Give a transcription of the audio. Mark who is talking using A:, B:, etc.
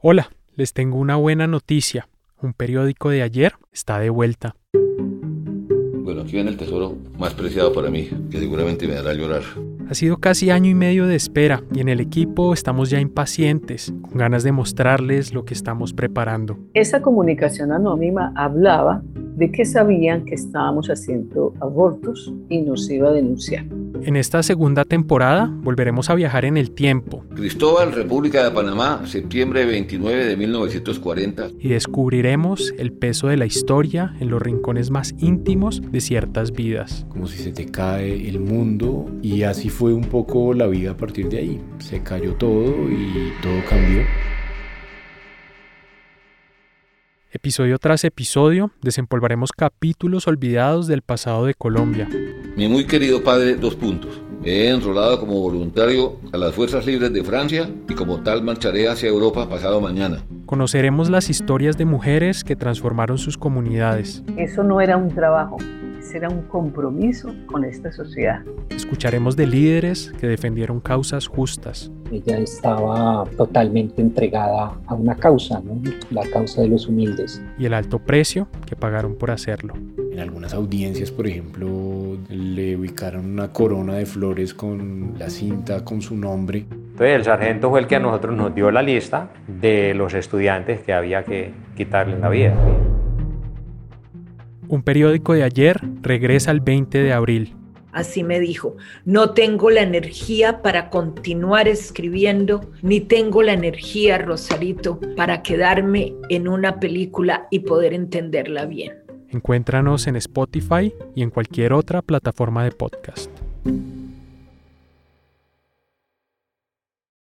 A: Hola, les tengo una buena noticia. Un periódico de ayer está de vuelta.
B: Bueno, aquí viene el tesoro más preciado para mí, que seguramente me hará llorar.
A: Ha sido casi año y medio de espera y en el equipo estamos ya impacientes, con ganas de mostrarles lo que estamos preparando.
C: Esa comunicación anónima hablaba de que sabían que estábamos haciendo abortos y nos iba a denunciar.
A: En esta segunda temporada volveremos a viajar en el tiempo
B: Cristóbal, República de Panamá, septiembre 29 de 1940.
A: y descubriremos el peso de la historia en los rincones más íntimos de ciertas vidas.
D: como si se te cae el mundo y así fue un poco la vida a partir de ahí. Se cayó todo y todo cambió.
A: Episodio tras episodio desempolvaremos capítulos olvidados del pasado de Colombia.
B: Mi muy querido padre, dos puntos. Me he enrolado como voluntario a las Fuerzas Libres de Francia y como tal marcharé hacia Europa pasado mañana.
A: Conoceremos las historias de mujeres que transformaron sus comunidades.
C: Eso no era un trabajo, eso era un compromiso con esta sociedad.
A: Escucharemos de líderes que defendieron causas justas.
E: ella estaba totalmente entregada a una causa, ¿no? la causa de los humildes.
A: y el alto precio que pagaron por hacerlo.
D: En algunas audiencias, por ejemplo, le ubicaron una corona de flores con la cinta con su nombre.
F: Entonces el sargento fue el que a nosotros nos dio la lista de los estudiantes que había que quitarles la vida.
A: Un periódico de ayer regresa el 20 de abril.
G: Así me dijo, no tengo la energía para continuar escribiendo, ni tengo la energía, Rosarito, para quedarme en una película y poder entenderla bien.
A: Encuéntranos en Spotify y en cualquier otra plataforma de podcast.